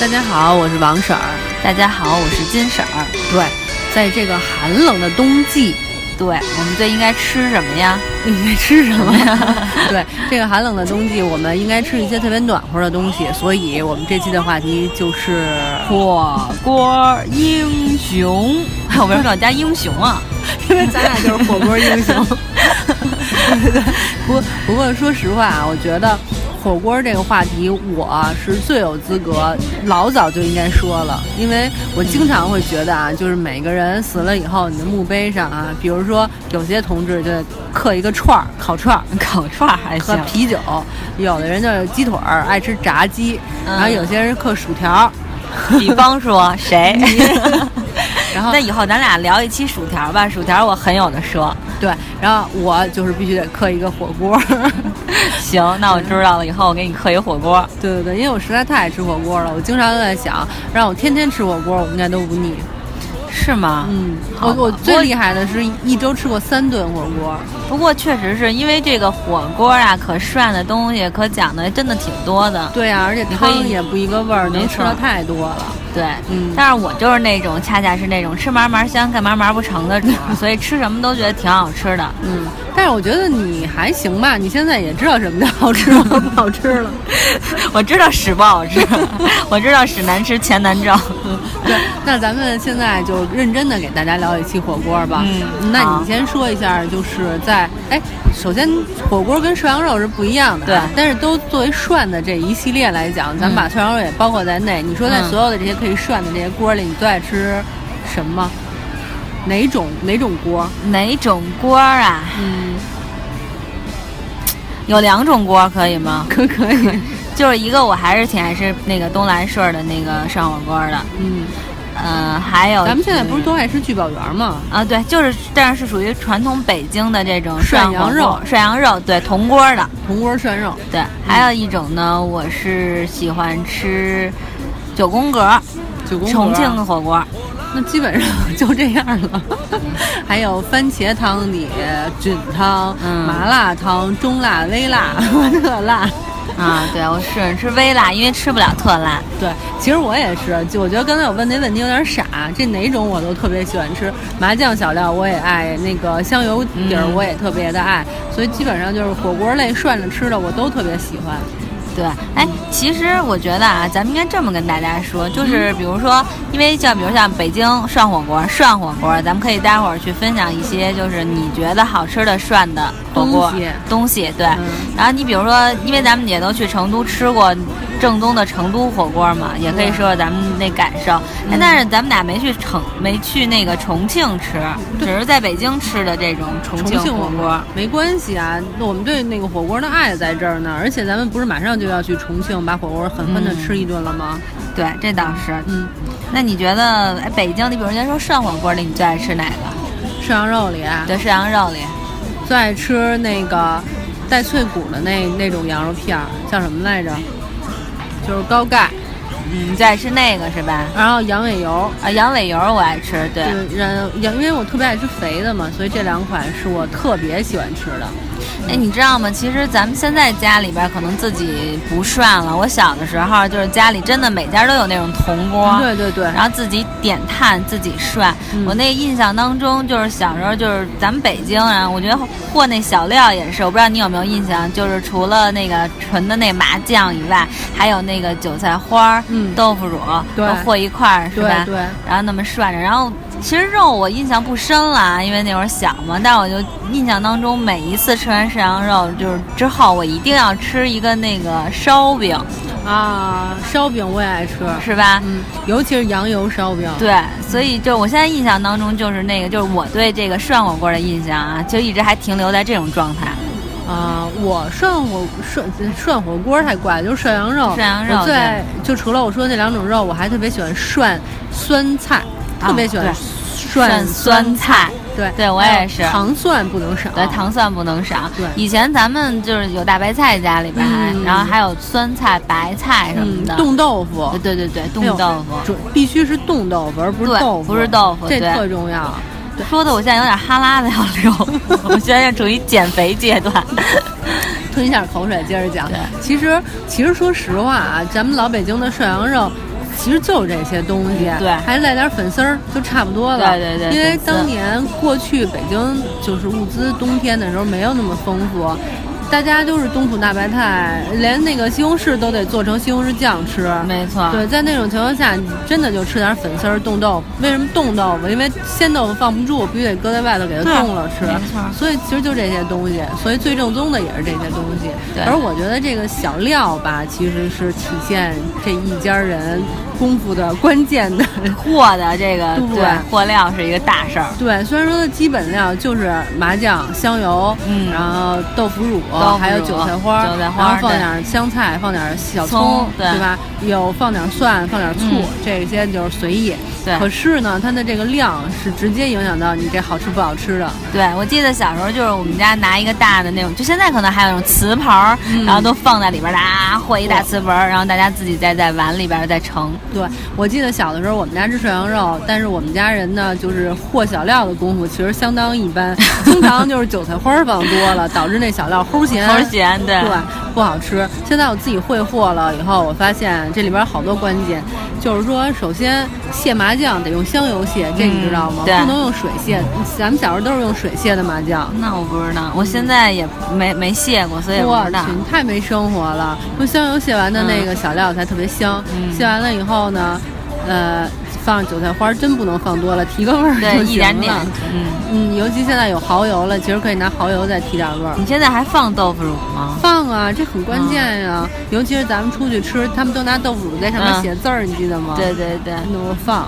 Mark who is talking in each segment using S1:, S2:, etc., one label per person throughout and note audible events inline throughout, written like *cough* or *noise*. S1: 大家好，我是王婶儿。
S2: 大家好，我是金婶儿。
S1: 对，在这个寒冷的冬季，
S2: 对我们最应该吃什么呀？
S1: *laughs* 应该吃什么呀？ *laughs* 对，这个寒冷的冬季，我们应该吃一些特别暖和的东西。所以，我们这期的话题就是
S2: 火锅英雄。哎， *laughs* 我为什么老加英雄啊？ *laughs*
S1: 因为咱俩就是火锅英雄。不 *laughs* 不过说实话啊，我觉得火锅这个话题我是最有资格，老早就应该说了，因为我经常会觉得啊，就是每个人死了以后，你的墓碑上啊，比如说有些同志就刻一个串儿，烤串儿。
S2: 烤串儿还
S1: 喝
S2: 行。
S1: 啤酒，有的人就是鸡腿儿，爱吃炸鸡，
S2: 嗯
S1: 然后有些人刻薯条，
S2: 比方说 *laughs* 谁？
S1: 然后
S2: 那以后咱俩聊一期薯条吧，薯条我很有的说。
S1: 对，然后我就是必须得刻一个火锅。
S2: 行，那我知道了，以后我给你刻一火锅。
S1: 对对对，因为我实在太爱吃火锅了，我经常都在想，让我天天吃火锅，我应该都不腻。
S2: 是吗？
S1: 嗯，
S2: 好
S1: 我
S2: 吧
S1: 我
S2: 不
S1: 最
S2: 过
S1: 厉害的是一周吃过三顿火锅。
S2: 不过确实是因为这个火锅啊，可涮的东西，可讲的真的挺多的。
S1: 对呀、而且
S2: 你可以
S1: 汤也不一个味儿，
S2: 没
S1: 能吃
S2: 错
S1: 的太多了。
S2: 对，
S1: 嗯
S2: 但是我就是那种恰恰是那种吃嘛嘛香，干嘛嘛不成的主儿， *laughs* 所以吃什么都觉得挺好吃的。
S1: 嗯，但是我觉得你还行吧，你现在也知道什么叫好
S2: *laughs*
S1: 吃和不好吃了。
S2: 我知道屎不好吃， *laughs* 我知道屎难吃钱难挣。
S1: 对，那咱们现在就认真的给大家聊一期火锅吧。
S2: 嗯
S1: 那
S2: 好
S1: 你先说一下，就是在哎，首先火锅跟涮羊肉是不一样的，啊
S2: 对
S1: 但是都作为涮的这一系列来讲，咱们把涮羊肉也包括在内。你说在
S2: 嗯
S1: 所有的这些可以涮的这些锅里，你最爱吃什么？哪种哪种锅？
S2: 哪种锅儿啊？
S1: 嗯，
S2: 有两种锅儿可以吗？
S1: 可可
S2: *laughs*
S1: 以，
S2: 就是一个我还是挺爱吃那个东来顺儿的那个涮火锅儿的，
S1: 嗯，
S2: 呃，还有
S1: 咱们现在不是都爱吃聚宝源吗？
S2: 啊，对，就是但是属于传统北京的这种
S1: 涮
S2: 火
S1: 羊
S2: 锅
S1: 肉嗯
S2: 涮羊肉对铜锅儿的，
S1: 铜锅涮肉，
S2: 对，还有一种呢，我是喜欢吃九宫格儿，
S1: 九啊宫格
S2: 重庆的火锅儿，
S1: 那基本上就这样了。 *laughs* 还有番茄汤底、菌汤、
S2: 嗯
S1: 麻辣汤、中辣、微辣、 *laughs* 特辣。
S2: 啊，对我喜欢吃微辣，因为吃不了特辣。
S1: 对，其实我也是，就我觉得刚才我问那问题有点傻，这哪种我都特别喜欢吃，麻酱小料我也爱，那个香油底儿
S2: 嗯
S1: 我也特别的爱，所以基本上就是火锅类涮着吃的我都特别喜欢。
S2: 对，哎，其实我觉得啊，咱们应该这么跟大家说，
S1: 嗯
S2: 就是比如说，因为像比如像北京涮火锅，涮火锅，咱们可以待会儿去分享一些，就是你觉得好吃的涮的火锅
S1: 东西
S2: 东西对，
S1: 嗯
S2: 然后你比如说，因为咱们也都去成都吃过正宗的成都火锅嘛，也可
S1: 嗯
S2: 以说说咱们那感受。哎，但是咱们俩没去成，没去那个重庆吃，只是在北京吃的这种重
S1: 重
S2: 庆
S1: 庆火
S2: 火锅。
S1: 没关系啊，我们对那个火锅的爱在这儿呢，而且咱们不是马上就要去重庆把火锅狠狠的
S2: 嗯
S1: 吃一顿了吗？
S2: 对，这倒是。
S1: 嗯
S2: 那你觉得，哎，北京，你比如人家说涮火锅里，你最爱吃哪个？
S1: 涮羊肉里啊
S2: 对，涮羊肉里，
S1: 最爱吃那个带脆骨的那那种羊肉片儿，叫什么来着？就是高钙，
S2: 嗯，你最爱吃那个是吧？
S1: 然后羊尾油。
S2: 啊，羊尾油我爱吃，对，
S1: 就然羊，因为我特别爱吃肥的嘛，所以这两款是我特别喜欢吃的。
S2: 哎，你知道吗？其实咱们现在家里边可能自己不涮了。我小的时候就是家里真的每家都有那种铜锅，
S1: 对对对，
S2: 然后自己点炭自己涮。
S1: 嗯
S2: 我那印象当中就是小时候就是咱们北京啊，我觉得和那小料也是，我不知道你有没有印象，就是除了那个纯的那麻酱以外，还有那个韭菜花儿、
S1: 嗯
S2: 豆腐乳
S1: 对
S2: 都和一块儿是
S1: 对
S2: 吧？
S1: 对，
S2: 然后那么涮着，然后其实肉我印象不深了啊，因为那会儿小嘛。但我就印象当中，每一次吃完涮羊肉，就是之后我一定要吃一个那个烧饼，
S1: 啊，烧饼我也爱吃，
S2: 是吧？
S1: 嗯，尤其是羊油烧饼。
S2: 对，所以就我现在印象当中，就是那个，就是我对这个涮火锅的印象啊，就一直还停留在这种状态。
S1: 啊、我涮火涮涮火锅太怪了，就是涮羊肉。
S2: 涮羊肉
S1: 我最爱就除了我说那两种肉，我还特别喜欢涮酸菜，
S2: 啊
S1: 特别喜欢
S2: 对
S1: 涮
S2: 酸。菜，
S1: 对
S2: 对我
S1: 还有
S2: 也是
S1: 糖蒜不能少。
S2: 对，糖蒜不能少。
S1: 嗯对
S2: 以前咱们就是有大白菜家里边还，
S1: 嗯
S2: 然后还有酸菜、白菜什么
S1: 嗯
S2: 的。，
S1: 冻豆腐，
S2: 对对对，冻
S1: 哎呦
S2: 豆腐。
S1: 准必须是冻豆腐，而不是
S2: 对
S1: 豆腐，
S2: 不是豆腐
S1: 这
S2: 对
S1: 特重要。
S2: 说的我现在有点哈喇子要
S1: *laughs*
S2: 流，我现在处于减肥阶段。 *laughs*
S1: 吞一下口水，接着讲
S2: 对。
S1: 其实，其实说实话啊，咱们老北京的涮羊肉其实就这些东西，
S2: 对
S1: 还来点粉丝儿就差不多了。
S2: 对对对
S1: 因为
S2: 粉丝
S1: 当年过去北京就是物资冬天的时候没有那么丰富，大家都是冬储大白菜，连那个西红柿都得做成西红柿酱吃。
S2: 没错，
S1: 对，在那种情况下，你真的就吃点粉丝儿、冻豆。为什么冻豆腐？因为鲜豆腐放不住，必须得搁在外头给它
S2: 对
S1: 冻了吃
S2: 没错。
S1: 所以其实就这些东西，所以最正宗的也是这些东西。
S2: 对
S1: 而我觉得这个小料吧，其实是体现这一家人功夫的关键的。
S2: 货的这个
S1: 对
S2: 对货料是一个大事儿，
S1: 对，虽然说它基本料就是麻酱、香油，
S2: 嗯
S1: 然后豆腐乳，
S2: 腐乳
S1: 还有韭菜花，
S2: 韭菜花
S1: 然后放
S2: 对
S1: 点香菜，放点小
S2: 葱
S1: 对
S2: 对
S1: 吧？有放点蒜，放点醋，
S2: 嗯
S1: 这些就是随意。
S2: 对
S1: 可是呢，它的这个量是直接影响到你这好吃不好吃的。
S2: 对，我记得小时候就是我们家拿一个大的那种，就现在可能还有那种瓷盆儿，然后都放在里边儿，啦，和一大瓷盆儿，然后大家自己再在碗里边儿再盛。
S1: 对，我记得小的时候我们家吃涮羊肉，但是我们家人呢，就是和小料的功夫其实相当一
S2: *laughs*
S1: 般，经常就是韭菜花儿放多了，导致那小料齁咸，
S2: 头儿咸，对，
S1: 对，不好吃。现在我自己会和了以后，我发现这里边好多关键，就是说，首先蟹麻酱得用香油蟹，这你知道吗？
S2: 嗯对
S1: 不能用水蟹。咱们小时候都是用水蟹的麻酱。
S2: 那我不知道，我现在也没没卸过，所以我
S1: 我
S2: 不
S1: 去，
S2: 知道。
S1: 你太没生活了！用香油蟹完的那个小料才特别香，
S2: 嗯
S1: 蟹完了以后呢，呃，放韭菜花儿真不能放多了，提个味儿就行
S2: 对，
S1: 了。
S2: 一点点。嗯，
S1: 嗯，尤其现在有蚝油了，其实可以拿蚝油再提点味儿。
S2: 你现在还放豆腐乳吗？
S1: 放啊，这很关键呀、
S2: 啊
S1: 尤其是咱们出去吃，他们都拿豆腐乳在上面
S2: 嗯
S1: 写字儿，你记得吗？
S2: 对，对对，
S1: 那么放。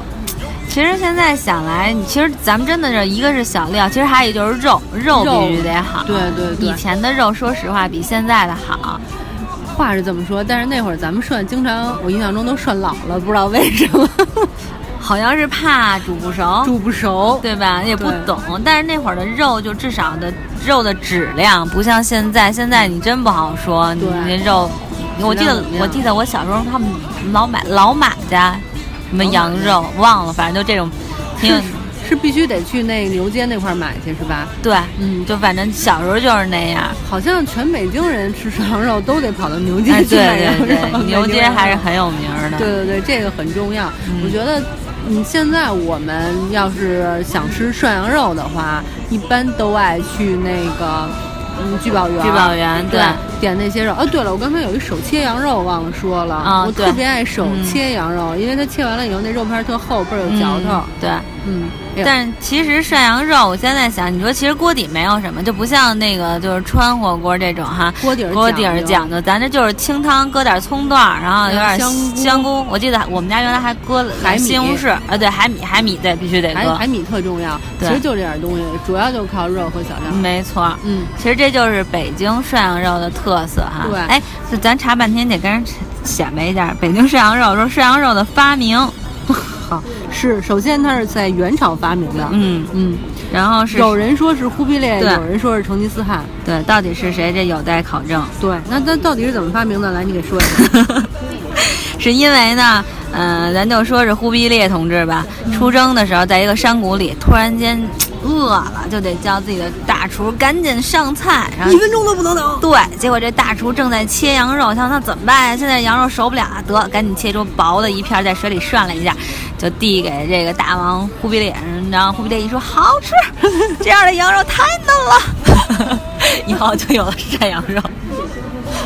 S2: 其实现在想来，你其实咱们真的是一个是小料，其实还有就是肉，肉
S1: 肉
S2: 必须得嗯好。
S1: 对对对
S2: 以前的肉说实话比现在的好，
S1: 话是这么说，但是那会儿咱们涮，经常我印象中都涮老了，不知道为什么
S2: *laughs* 好像是怕煮不熟。
S1: 煮不熟。
S2: 啊对吧？也不
S1: 对
S2: 懂，但是那会儿的肉就至少的肉的质量不像现在，现在你真不好说，你
S1: 对
S2: 那肉，我记
S1: 质量
S2: 得
S1: 怎么样
S2: 我记得我小时候他们老买老马家什么羊肉
S1: 哦
S2: 忘了，反正就这种，挺
S1: *laughs*
S2: 有
S1: 是是必须得去那牛街那块儿买去是吧？
S2: 对，
S1: 嗯，
S2: 就反正小时候就是那
S1: *laughs*
S2: 样。
S1: 好像全北京人吃涮羊肉都得跑到牛街
S2: 哎，
S1: 去
S2: 对
S1: 买羊
S2: 对
S1: 肉。
S2: 对，
S1: 买
S2: 牛街
S1: 羊肉
S2: 还是很有名儿的。
S1: 对对对，这个很重要。
S2: 嗯
S1: 我觉得，嗯，现在我们要是想吃涮羊肉的话，一般都爱去那个，嗯，聚宝园。
S2: 聚宝园
S1: 对
S2: 对，
S1: 点那些肉。哦，对了，我刚才有一手切羊肉忘了说了，
S2: 啊
S1: 我
S2: 对
S1: 特别爱手
S2: 嗯
S1: 切羊肉，因为它切完了以后那肉片儿特厚，倍儿有
S2: 嗯，
S1: 嚼头。
S2: 对。
S1: 嗯，哎呦
S2: 但其实涮羊肉，我现在想，你说其实锅底没有什么，就不像那个就是川火锅这种哈，
S1: 锅底儿
S2: 锅底儿
S1: 究啊
S2: 讲究，咱这就是清汤搁点葱段儿，然后有点
S1: 呃香菇
S2: 香菇。我记得我们家原来还搁了
S1: 海米
S2: 西红柿啊，对，海米海米对，必须得
S1: 海
S2: 搁，
S1: 海米特重要，其
S2: 对
S1: 实就这点东西，主要就靠肉和小料。
S2: 没错儿。
S1: 嗯， *laughs*
S2: 其实这就是北京涮羊肉的特色哈。
S1: 对
S2: 哎，就咱查半天得跟人显摆一下，北京涮羊肉说涮羊肉的发明，
S1: 好，是首先它是在元朝发明的。
S2: 嗯，
S1: 嗯
S2: 然后是
S1: 有人说是忽必烈，
S2: 对
S1: 有人说是成吉思汗。
S2: 对，到底是谁？这有待考证。
S1: 对，那那到底是怎么发明的？来，你给说
S2: *laughs*
S1: 一下。
S2: 是因为呢，呃，咱就说是忽必烈同志吧，出征的时候在一个山谷里，突然间饿了，就得叫自己的大厨赶紧上菜，然后。
S1: 分钟都不能等。
S2: 对，结果这大厨正在切羊肉，想那怎么办呀？现在羊肉熟不了啊，得赶紧切出薄的一片，在水里涮了一下，就递给这个大王忽必烈。然后忽必烈一说好吃，这样的羊肉太嫩了， *laughs* 以后就有了涮羊肉。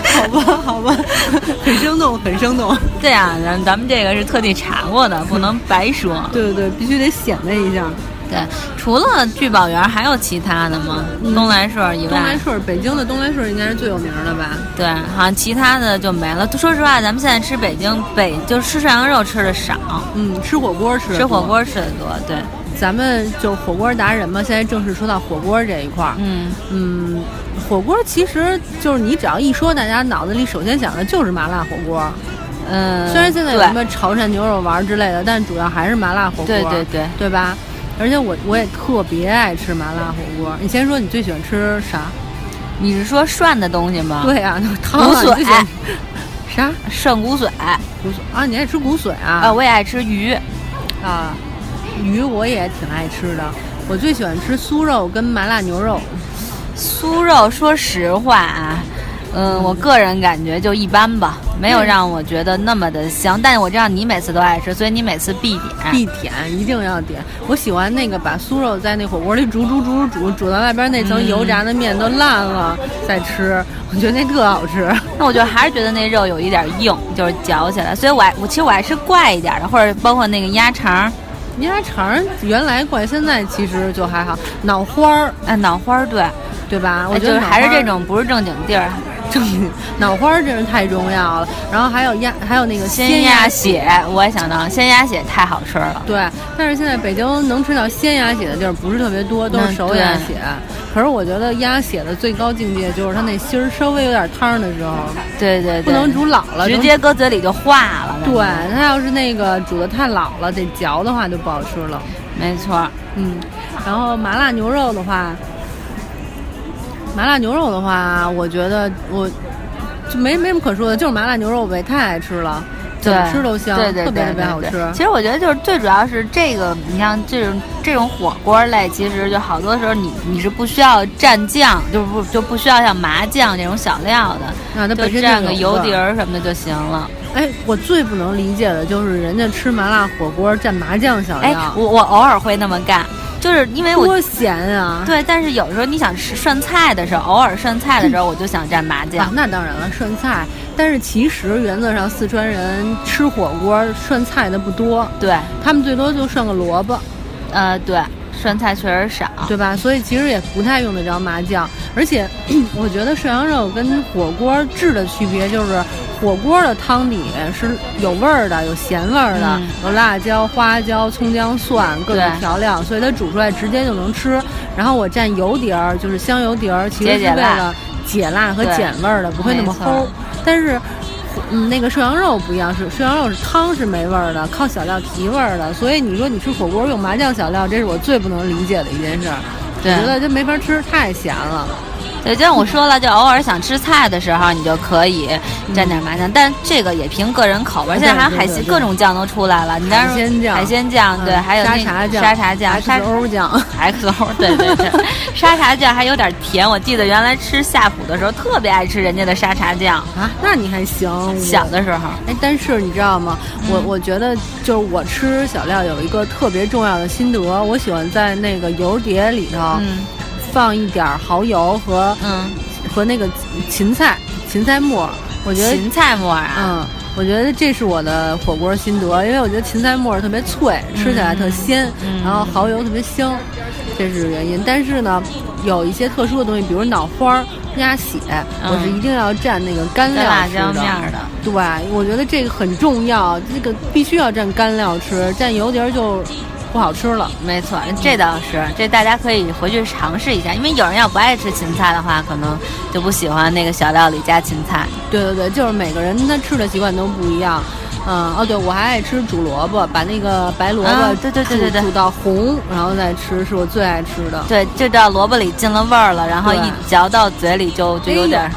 S1: 好吧，好吧， *laughs* 很生动，很生动。
S2: 对啊，咱咱们这个是特地查过的，不能白说。
S1: *laughs* 对对对，必须得显摆一下。
S2: 对，除了聚宝园，还有其他的吗？东来顺以
S1: 嗯东来
S2: 外，
S1: 顺，北京的东来顺应该是最有名的吧？
S2: 对，好像其他的就没了。说实话，咱们现在吃北京北就是吃涮羊肉吃的少，
S1: 嗯，吃火锅吃
S2: 吃火，锅吃的多。对，
S1: 咱们就火锅达人嘛。现在正式说到火锅这一块儿，
S2: 嗯，
S1: 嗯，火锅其实就是你只要一说，大家脑子里首先想的就是麻辣火锅。
S2: 呃，
S1: 虽然现在有
S2: 对
S1: 什么潮汕牛肉丸之类的，但主要还是麻辣火锅，
S2: 对对对
S1: 对吧？而且我我也特别爱吃麻辣火锅。你先说你最喜欢吃啥？
S2: 你是说涮的东西吗？，
S1: 对啊，那个汤啊
S2: 骨髓哎
S1: 你最喜欢啥？
S2: 涮骨髓啊、
S1: 骨髓啊，你爱吃骨髓啊？
S2: 我也爱吃鱼。
S1: 啊，鱼我也挺爱吃的。我最喜欢吃酥肉跟麻辣牛肉，
S2: 酥肉，说实话啊，嗯，我个人感觉就一般吧，没
S1: 嗯
S2: 有让我觉得那么的香。但是我知道你每次都爱吃，所以你每次必点。
S1: 必点，一定要点。我喜欢那个把酥肉在那火锅里煮煮煮煮煮，煮到外边那层油炸的面都烂了、再吃，我觉得那特好吃。
S2: 那我就还是觉得那肉有一点硬，就是嚼起来。所以我爱我其实我爱吃怪一点的，或者包括那个鸭肠，
S1: 鸭肠儿原来怪，现在其实就还好。脑花儿，
S2: 哎，脑花儿对，
S1: 对吧？我
S2: 哎
S1: 觉
S2: 就
S1: 得
S2: 是
S1: 脑
S2: 还是
S1: 花儿
S2: 这种不是正经地儿，
S1: *laughs* 正经脑花儿真是太重要了。然后还有鸭，还有那个
S2: 鲜鸭血，我也想到鲜鸭血太好吃了。
S1: 对，但是现在北京能吃到鲜鸭血的地儿不是特别多，都
S2: 那
S1: 是熟鸭
S2: 对
S1: 血。可是我觉得鸭血的最高境界就是它那芯儿稍微有点汤儿的时候，
S2: 对对对，
S1: 不能煮老了，
S2: 直
S1: 能
S2: 接搁嘴里就化了。
S1: 对，它要是那个煮的太老了，得嚼的话就不好吃了。
S2: 没错。
S1: 嗯，然后麻辣牛肉的话，麻辣牛肉的话，我觉得我就没没什么可说的，就是麻辣牛肉呗，太爱吃了，怎么
S2: 对，
S1: 吃都香，
S2: 对对对
S1: 特别特别
S2: 对
S1: 好
S2: 对
S1: 吃。
S2: 其实我觉得就是最主要是这个，你像这种这种火锅类，其实就好多时候你你是不需要蘸酱，就不就不需要像麻酱这种小料的，
S1: 啊，它本
S2: 就
S1: 身
S2: 蘸
S1: 就
S2: 个
S1: 有
S2: 油
S1: 味儿
S2: 碟儿什么的就行了。
S1: 哎，我最不能理解的就是人家吃麻辣火锅蘸麻酱小
S2: 哎，
S1: 料，
S2: 我我偶尔会那么干，就是因为我
S1: 多咸啊！
S2: 对，但是有时候你想吃涮菜的时候，偶尔涮菜的时候，我就想蘸麻
S1: 啊
S2: 酱，。
S1: 那当然了，涮菜。但是其实原则上四川人吃火锅涮菜的不多，
S2: 对，
S1: 他们最多就涮个萝卜，
S2: 呃，对，涮菜确实少。
S1: 对吧？所以其实也不太用得着麻酱。而且 *clears throat* 我觉得涮羊肉跟火锅质的区别就是，火锅的汤底是有味儿的，有咸味儿的，
S2: 嗯
S1: 有辣椒、花椒、葱姜蒜各
S2: 对
S1: 种调料，所以它煮出来直接就能吃。然后我蘸油碟儿，就是香油碟儿，其实
S2: 解
S1: 是
S2: 解
S1: 为
S2: 辣
S1: 了解辣和
S2: 对
S1: 减味儿的，不会那么
S2: 没错
S1: 齁。但是。嗯，那个涮羊肉不一样，是涮羊肉是汤是没味儿的，靠小料提味儿的。所以你说你吃火锅用麻酱小料，这是我最不能理解的一件事儿。
S2: 对
S1: 我觉得这没法吃，太咸了。
S2: 对，就像我说了，就偶尔想吃菜的时候，你就可以蘸点麻酱，但这个也凭个人口味。现在还有海鲜
S1: 啊对对对
S2: 各种酱都出来了，你当然
S1: 海鲜酱
S2: 海鲜酱对，
S1: 嗯
S2: 还有
S1: 沙
S2: 那
S1: 茶酱、
S2: 沙茶酱、沙
S1: XO 酱，
S2: XO，对对对，沙茶酱还有点甜。我记得原来吃夏普的时候，特别爱吃人家的沙茶酱，
S1: *laughs* 啊，那你还行。我
S2: 小嗯的时候。
S1: 哎，但是你知道吗？我我觉得就是我吃小料有一个特别重要的心得，我喜欢在那个油碟里头
S2: 嗯
S1: 放一点儿蚝油和、
S2: 嗯，
S1: 和那个芹菜、芹菜末儿。我觉得
S2: 芹菜末儿啊，
S1: 嗯，我觉得这是我的火锅心得，因为我觉得芹菜末儿特别脆，吃起来特鲜，
S2: 嗯
S1: 然后蚝油特别香，这是原因。但是呢，有一些特殊的东西，比如脑花儿、鸭血，
S2: 嗯
S1: 我是一定要蘸那个干
S2: 跟
S1: 料
S2: 辣
S1: 嗯吃
S2: 椒
S1: 的
S2: 面儿的。
S1: 对，我觉得这个很重要，这个必须要蘸干料吃，蘸油碟儿就不好吃了。
S2: 没错，这倒是，这大家可以回去尝试一下，因为有人要不爱吃芹菜的话，可能就不喜欢那个小料里加芹菜。
S1: 对对对，就是每个人他吃的习惯都不一样。嗯，哦对，我还爱吃煮萝卜，把那个白萝卜煮、
S2: 啊对对对对对
S1: 煮到红，然后再吃，是我最爱吃的。
S2: 对，就到萝卜里进了味儿了，然后
S1: 对
S2: 一嚼到嘴里就就有点儿
S1: 哎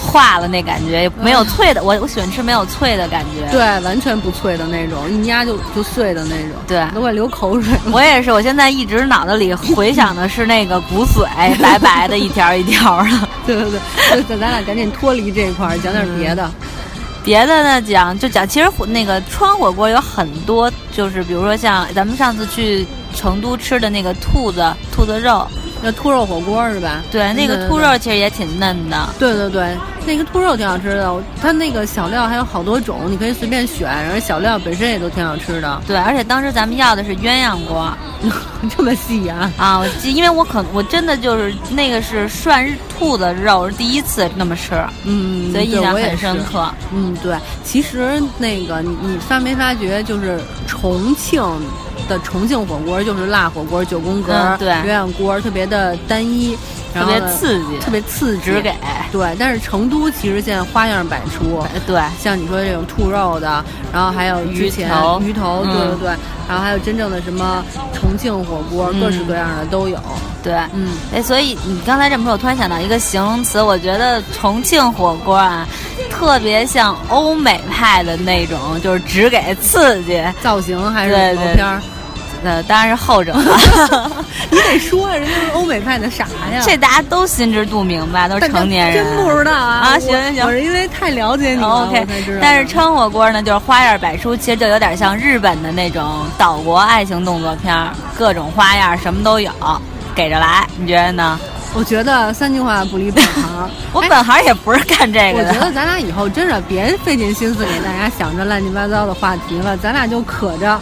S2: 化了那感觉，没有脆的，我我喜欢吃没有脆的感觉。
S1: 对，完全不脆的那种，一捏就就碎的那种，
S2: 对
S1: 都快流口水 *laughs* 了。
S2: 我也是，我现在一直脑子里回想的是那个骨髓，白白的一条一条的。
S1: 对对对，就咱俩赶紧脱离这一块儿，讲点儿别的。
S2: 别的呢讲就讲，其实火那个川火锅有很多，就是比如说像咱们上次去成都吃的那个兔子兔子肉，
S1: 那兔肉火锅是吧？
S2: 嗯对，那
S1: 对
S2: 个
S1: 对
S2: 兔肉其实也挺嫩的。
S1: 对对对，那个兔肉挺好吃的，它那个小料还有好多种，你可以随便选，然后小料本身也都挺好吃的。 *laughs*
S2: 对，而且当时咱们要的是鸳鸯锅
S1: 这么细啊？
S2: 啊，我记，因为我可我真的就是那个是涮兔子肉，是第一次那么吃，
S1: 嗯，
S2: 所以印
S1: 对
S2: 象
S1: 我也
S2: 很
S1: 是
S2: 深刻。
S1: 嗯，对，其实那个你你发没发觉，就是重庆的重庆火锅就是辣火锅、九宫格、
S2: 嗯对
S1: 鸳鸯锅，特别的单一，
S2: 特
S1: 然后
S2: 别
S1: 呢
S2: 刺激，
S1: 特别刺激，
S2: 直给。
S1: 对，但是成都其实现在花样百出，
S2: 对，
S1: 像你说这种兔肉的，然后还有之前
S2: 鱼头
S1: 鱼头，
S2: 嗯
S1: 对对对，然后还有真正的什么重庆火锅，
S2: 嗯
S1: 各式各样的都有。
S2: 对，
S1: 嗯，
S2: 哎，所以你刚才这么说，我突然想到一个形容词，我觉得重庆火锅啊，特别像欧美派的那种，就是只给刺激，
S1: 造型还是
S2: 对
S1: 毛
S2: 对
S1: 片儿，
S2: 那当然是后者
S1: *laughs*
S2: 了。 *laughs*
S1: 你得说，人家是欧美派的啥呀？
S2: 这大家都心知肚明吧，都是
S1: 但
S2: 呃成年人。
S1: 真不知道啊！
S2: 啊
S1: 我
S2: 行行哦
S1: 我是因为太了解你了
S2: OK，
S1: 我才知道。
S2: 但是川火锅呢，就是花样百出，其实就有点像日本的那种岛国爱情动作片儿，各种花样什么都有，给着来，你觉得呢？。
S1: 我觉得三句话不离本行
S2: *laughs* 我
S1: 哎
S2: 本行也不是干这
S1: 我
S2: 个
S1: 觉
S2: *laughs* 的，
S1: 得咱俩以后真是别费尽心思给大家想这乱七八糟的话题了，咱俩就可着，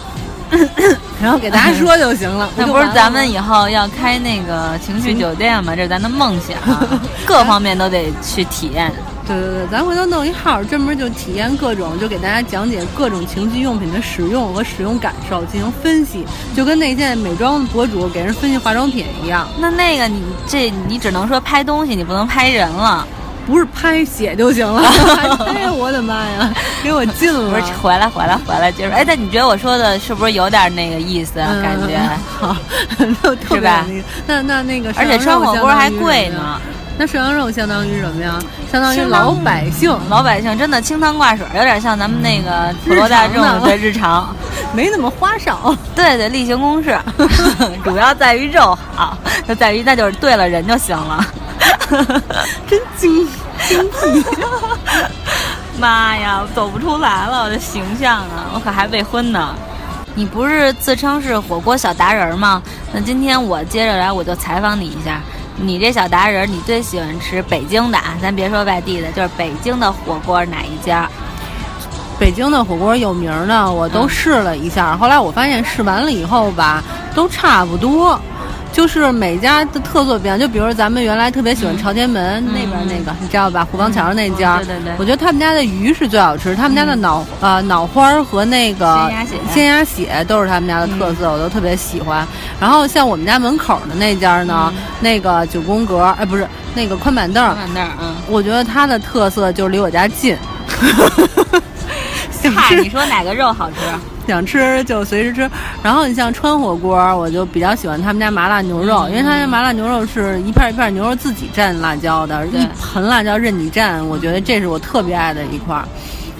S1: 然后给大家说就行
S2: *laughs*
S1: 了。
S2: 那
S1: 就
S2: 不是
S1: 完了
S2: 咱们
S1: 吗
S2: 以后要开那个情趣酒店吗？这是咱的梦想，啊
S1: *laughs*
S2: 各方面都得去体验。
S1: 对对对，咱回头弄一号，专门就体验各种，就给大家讲解各种情趣用品的使用和使用感受，进行分析，就跟那现在美妆博主给人分析化妆品一样，
S2: 那那个你这你只能说拍东西，你不能拍人了。
S1: 不是拍写就行了。 *laughs* 哎，我的妈呀，给我禁了！
S2: 不是回来回来回来，就是哎，但你觉得我说的是不是有点那个意思啊？感觉，
S1: 嗯好， *laughs* 特特别有
S2: 是吧
S1: 那个。那那那个，
S2: 而且涮火锅还贵呢。。
S1: 那涮羊肉相当于什么呀？相当于
S2: 相当
S1: 老
S2: 于
S1: 百姓，
S2: 老百姓真的清汤挂水，有点像咱们那个普罗大
S1: 嗯
S2: 众
S1: 日常的
S2: 对日常，
S1: 没那么花哨。
S2: 对对，例行公事， *laughs* 主要在于肉好，就在于那就是对了人就行 *laughs* 了。
S1: 真精精辟。
S2: *laughs* 妈呀，走不出来了，我的形象啊，我可还未婚呢。你不是自称是火锅小达人吗？那今天我接着来，我就采访你一下。你这小达人，你最喜欢吃北京的啊？咱别说外地的，就是北京的火锅哪一家？
S1: 北京的火锅有名儿呢，我都
S2: 嗯
S1: 试了一下，后来我发现试完了以后吧，都差不多。就是每家的特色不一样，就比如咱们原来特别喜欢朝天门、那边那个，你知道吧？虎坊桥那家，
S2: 嗯嗯对对对
S1: 我觉得他们家的鱼是最好吃，他们家的脑、呃脑花儿和那个
S2: 鲜鸭血嗯
S1: 鲜鸭血都是他们家的特色，我都特别喜欢。然后像我们家门口的那家呢，
S2: 嗯
S1: 那个九宫格，哎，不是那个宽板凳，
S2: 放那儿，嗯。
S1: 我觉得它的特色就是离我家
S2: *laughs*
S1: 近，想
S2: 嗨，你
S1: 吃
S2: 说哪个肉好吃？
S1: 想吃就随时吃。然后你像川火锅，我就比较喜欢他们家麻辣牛肉，
S2: 嗯
S1: 因为他们家麻辣牛肉是一片一片牛肉自己蘸辣椒的，
S2: 对
S1: 一盆辣椒任你蘸，我觉得这是我特别爱的一块儿。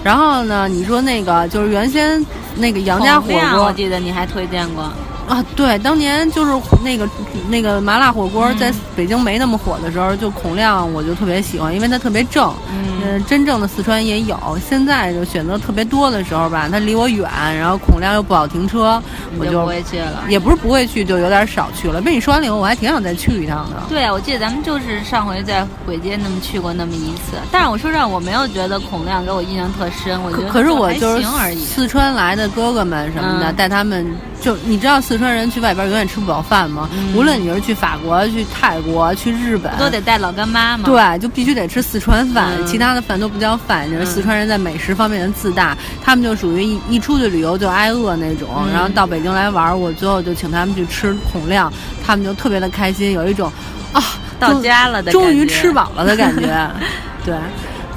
S1: 然后呢，你说那个就是原先那个杨家火
S2: 孔亮我
S1: 锅
S2: 记得你还推荐过。
S1: 啊，对，当年就是那个那个麻辣火锅
S2: 嗯
S1: 在北京没那么火的时候，就孔亮我就特别喜欢，因为它特别正。
S2: 嗯，
S1: 嗯，真正的四川也有，现在就选择特别多的时候吧，它离我远，然后孔亮又不好停车，我
S2: 你
S1: 就
S2: 不会去了。
S1: 也不是不会去，就有点少去了。被你说完了以后，我还挺想再去一趟的。
S2: 对啊，我记得咱们就是上回在簋街那么去过那么一次，但是我说实话，我没有觉得孔亮给我印象特深，我觉
S1: 可
S2: 得
S1: 可是我
S2: 还
S1: 就是
S2: 行而已。
S1: 四川来的哥哥们什么的，
S2: 嗯
S1: 带他们就你知道四川人去外边永远吃不饱饭吗？
S2: 嗯
S1: 无论你是去法国、去泰国、去日本
S2: 不，都得带老干妈吗？，
S1: 哎对，就必须得吃四川饭，
S2: 嗯
S1: 其他的饭都不叫饭。就是
S2: 嗯
S1: 四川人在美食方面的自大，他们就属于一一出去旅游就挨饿那种。
S2: 嗯
S1: 然后到北京来玩儿，我最后就请他们去吃孔亮，他们就特别的开心，有一种啊
S2: 到
S1: 终
S2: 家了的
S1: 终
S2: 感
S1: 于
S2: 觉
S1: 吃。饱了的感觉。
S2: *laughs*
S1: 对，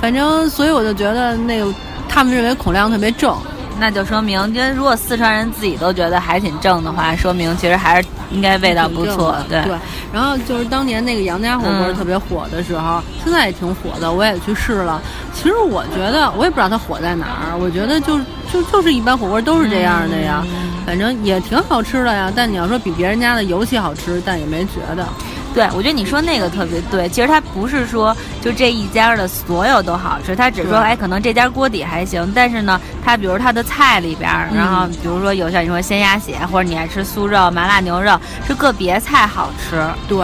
S1: 反正所以我就觉得那个他们认为孔亮特别正。
S2: 那就说明，因为如果四川人自己都觉得还挺正的话，说明其实还是应该味道不
S1: 挺正
S2: 错
S1: 的。
S2: 对，
S1: 然后就是当年那个杨家火锅
S2: 嗯
S1: 特别火的时候，现在也挺火的，我也去试了。其实我觉得，我也不知道它火在哪儿，我觉得就就就是一般火锅都是这样的呀。
S2: 嗯
S1: 反正也挺好吃的呀，但你要说比别人家的尤其好吃，但也没觉得。
S2: 对，我觉得你说那个特别对。其实它不是说就这一家的所有都好吃，它只是说
S1: 对
S2: 哎，可能这家锅底还行，但是呢，它比如它的菜里边儿，然后
S1: 嗯
S2: 比如说有像你说鲜鸭血，或者你爱吃酥肉、麻辣牛肉，是个别菜好吃。
S1: 对，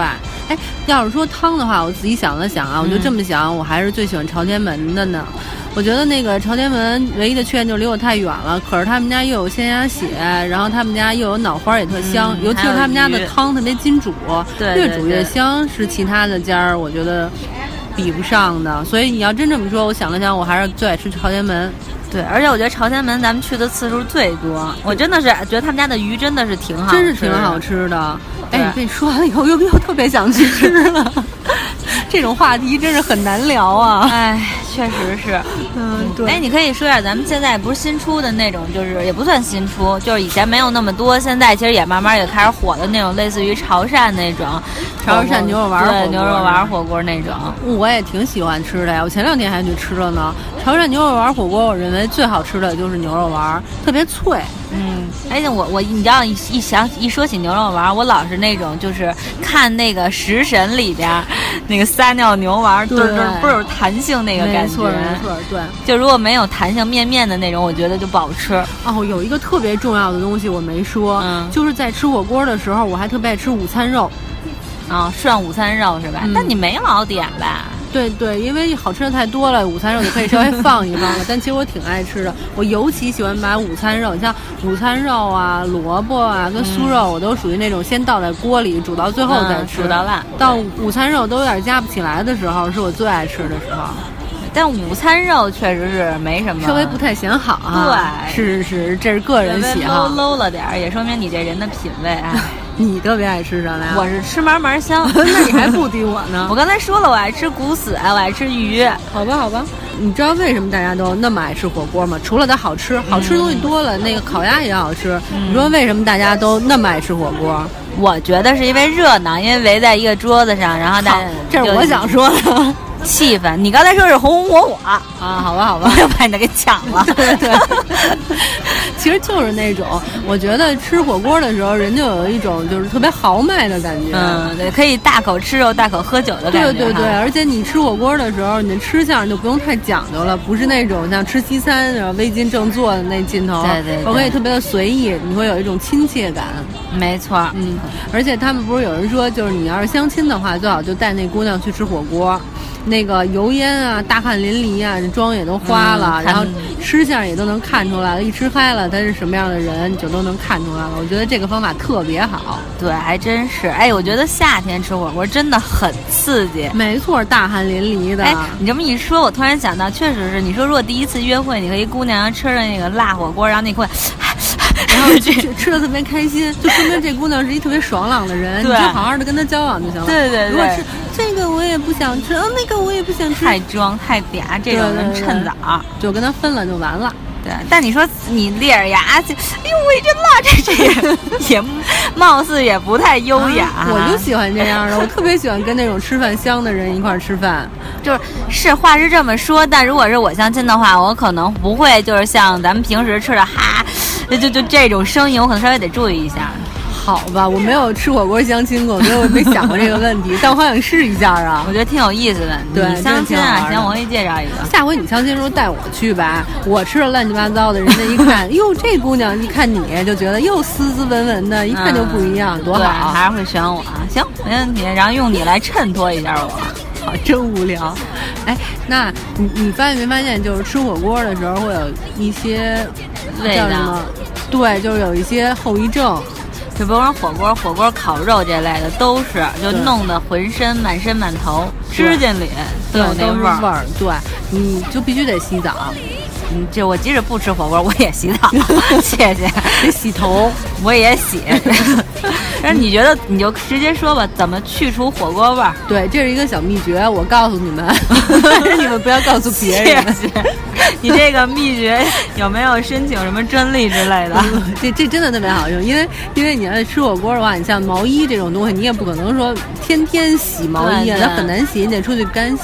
S1: 哎，要是说汤的话，我自己想了想啊，我就
S2: 嗯
S1: 这么想，我还是最喜欢朝天门的呢。我觉得那个朝天门唯一的缺点就是离我太远了，可是他们家又有鲜鸭血，然后他们家又有脑花也特香，
S2: 嗯
S1: 尤其是他们家的汤特别金煮，
S2: 对对
S1: 越煮越香，是其他的家儿我觉得比不上的。所以你要真这么说，我想了想，我还是最爱吃朝天门。
S2: 对，而且我觉得朝天门咱们去的次数最多，我真的是觉得他们家的鱼真的是挺好吃，
S1: 真是挺好。吃的。
S2: 对
S1: 哎，被你说完了以后，又 *laughs* 又特别想去吃了。这种话题真是很难聊啊。
S2: 哎，确实是。
S1: 嗯，
S2: 哎，
S1: 对，
S2: 你可以说一下咱们现在不是新出的那种，就是也不算新出，就是以前没有那么多，现在其实也慢慢也开始火的那种，类似于潮汕那种，
S1: 潮汕牛肉丸儿火锅
S2: 对牛肉丸儿火锅那种。
S1: 我也挺喜欢吃的呀，我前两天还去吃了呢。潮汕牛肉丸火锅，我认为最好吃的就是牛肉丸，特别脆。
S2: 嗯，哎，我我你知道一一想一说起牛肉丸儿，我老是那种就是看那个《食神》里边儿那个撒尿牛丸儿，就是
S1: 对
S2: 倍儿有弹性那个
S1: 没
S2: 感觉
S1: 错，。没错，对。
S2: 就如果没有弹性面面的那种，我觉得就不好吃。
S1: 哦，有一个特别重要的东西我没说，
S2: 嗯
S1: 就是在吃火锅的时候，我还特别爱吃午餐肉。
S2: 啊、涮午餐肉是吧？
S1: 嗯
S2: 但你没老点吧？
S1: 对对，因为好吃的太多了，午餐肉你可以稍微放一放 *laughs* 了。但其实我挺爱吃的，我尤其喜欢把午餐肉，像午餐肉啊、萝卜啊跟酥肉，我都属于那种先倒在锅里煮到最后再
S2: 嗯
S1: 吃，
S2: 煮到烂
S1: 到午餐肉都有点夹不起来的时候，是我最爱吃的时候，
S2: 但午餐肉确实是没什么，
S1: 稍微不太显好啊。
S2: 对
S1: 是是是，这是个
S2: 个
S1: 人喜好
S2: low。low 了点儿，也说明你这人的品味。哎，
S1: 你特别爱吃什哎么呀？，
S2: 我是吃嘛嘛香
S1: *laughs* 那你还不敌我呢？
S2: 我刚才说了，我爱吃骨死，我爱吃鱼。
S1: 好吧，好吧，你知道为什么大家都那么爱吃火锅吗？除了它好
S2: 嗯
S1: 吃，好吃东西多了，那个烤鸭也好吃。你说为什么大家都那么爱吃火锅？
S2: 我觉得是因为热闹，因为围在一个桌子上，然后大
S1: 好
S2: 家，
S1: 这是
S2: 就
S1: 我想说的
S2: 气氛。你刚才说是红红火火，
S1: 啊。好吧，好
S2: 我
S1: 吧，
S2: 又把你的给抢了。
S1: *laughs* 对对， *laughs* 其实就是那种，我觉得吃火锅的时候，人就有一种就是特别豪迈的感觉。
S2: 嗯，对，可以大口吃肉，大口喝酒的感
S1: 对
S2: 觉。
S1: 对对，
S2: 哈，
S1: 而且你吃火锅的时候，你的吃相就不用太讲究了，不是那种像吃西餐然后微巾正坐的那劲头，
S2: 对对对
S1: 我可以特别的随意，你会有一种亲切感。
S2: 没错儿。
S1: 嗯，而且他们不是有人说，就是你要是相亲的话，最好就带那姑娘去吃火锅，那个油烟啊、大汗淋漓啊，妆也都花了，
S2: 嗯
S1: 然后
S2: 看
S1: 吃相也都能看出来了，一吃嗨了他是什么样的人，你就都能看出来了。我觉得这个方法特别好，
S2: 对，还真是。哎，我觉得夏天吃火锅真的很刺激。
S1: 没错，大汗淋漓的。
S2: 哎，你这么一说，我突然想到，确实是你说，如果第一次约会，你和一姑娘吃着那个辣火锅，然后那块， *laughs*
S1: *laughs*
S2: 然后这，
S1: 吃吃的特别开
S2: *laughs*
S1: 心，就说明这姑娘是一特别爽朗的人，你就
S2: 对
S1: 好好的跟她交往就行了。
S2: 对对对
S1: 如果是这个我也不想吃，嗯，那个我也不想吃，
S2: 太装太嗲，这种人趁早。
S1: 就跟她分了就完了。
S2: 对，但你说你咧着牙去，哎呦喂，这辣，这这
S1: *laughs*
S2: 也也貌似也不太优雅。
S1: 啊我就喜欢这样的，我特别喜欢跟那种吃饭香的人一块儿吃饭。
S2: 就是是话是这么说，但如果是我相亲的话，我可能不会就是像咱们平时吃的哈，就就就这种声音，我可能稍微得注意一下。
S1: 好吧，我没有吃火锅相亲过，所以我没想过这个问题，但我好想试一下啊 *laughs*
S2: 我。觉得挺有意思的。
S1: 对
S2: 你相
S1: 真
S2: 亲
S1: 的挺好
S2: 啊，
S1: 玩的
S2: 行，我给你介绍一个。
S1: 下回你相亲的时候带我去吧，我吃的乱七八糟的，人家一看，哟，这姑娘一看你就觉得又斯斯文文的，一看就不一样，多
S2: 嗯对
S1: 好。
S2: 还是会选我。行，没问题。然后用你来衬托一下我。
S1: 好，啊真无聊。哎，那你你发现没发现，就是吃火锅的时候会有一些
S2: 味
S1: 叫什
S2: 道
S1: 么？对，就是有一些后遗症。
S2: 就比如说火锅、火锅烤肉这类的，都是就
S1: 对
S2: 弄得浑身满身满头，
S1: 对
S2: 指甲里都有那
S1: 都是
S2: 味儿。
S1: 儿。对，你就必须得洗澡，
S2: 嗯，这我即使不吃火锅，我也洗
S1: *laughs*
S2: 澡，谢谢，
S1: 得洗头。
S2: 我也洗。 *laughs* 但是你觉得你就直接说吧，怎么去除火锅味儿？
S1: *laughs* 对，这是一个小秘诀，我告诉你
S2: *laughs*
S1: 们， *laughs* 但是你们不要告诉别人。
S2: 谢谢。 *laughs* 你这个秘诀有没有申请什么专利之
S1: *laughs*
S2: 类的？
S1: 这这真的特别好用，因为因为你要是吃火锅的话，你像毛衣这种东西，你也不可能说天天洗毛衣啊，
S2: 对对
S1: 它很难洗，你得出去干洗。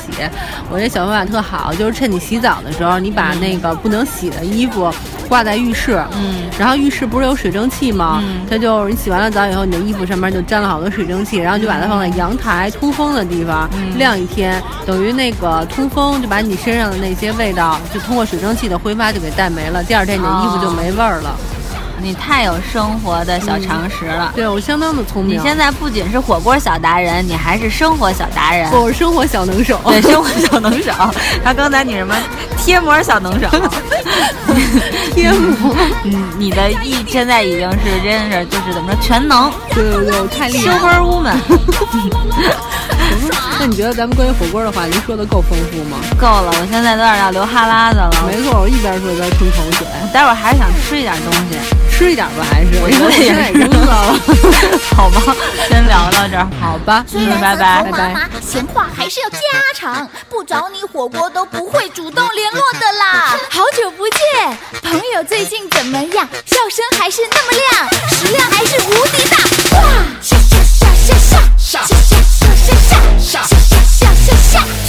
S1: 我这小方法特好，就是趁你洗澡的时候，你把那个不能洗的衣服挂在浴室，
S2: 嗯，
S1: 然后浴室不是有水蒸气吗？
S2: 嗯
S1: 它就是你洗完了澡以后，你的衣服上面就沾了好多水蒸气，然后就把它放在阳台通风的地方、
S2: 嗯
S1: 晾一天，等于那个通风就把你身上的那些味道就通过水蒸气的挥发就给带没了，第二天你的衣服就没味儿了。
S2: 你太有生活的小常识了。
S1: 对我相当的聪明，啊
S2: 你现在不仅是火锅小达人，你还是生活小达人。
S1: 我是生活小能手。
S2: *laughs*
S1: *laughs*
S2: 对，生活小能手。然后刚才你什么贴膜小能手，
S1: *laughs* 贴膜，
S2: 嗯，你的一现在已经是真是就是怎么说
S1: *laughs*
S2: 全能
S1: 对对对，我太厉害了。
S2: super woman，
S1: 那你觉得咱们关于火锅的话题说的够丰富吗？
S2: 够了，我现在都有点要流哈喇子了。
S1: 没错，我一边说一边吞口水。
S2: 待会儿还是想吃一点东西，
S1: 吃吃一点吧，还是
S2: 我觉
S1: 因为 *laughs*
S2: 得
S1: 我现
S2: 也
S1: 在
S2: 是
S1: 已经饿了。
S2: *laughs*
S1: *laughs*
S2: 好吧，先聊到这儿，
S1: 好吧，
S2: 嗯
S3: 虽然
S2: 拜
S3: 三
S2: 拜
S3: 头麻麻，闲话还是要家常。不找你火锅都不会主动联络的啦。好久不见，朋友最近怎么样？笑声还是那么亮，食量还是无敌大。哇！下下下下下下下下下下下下下下。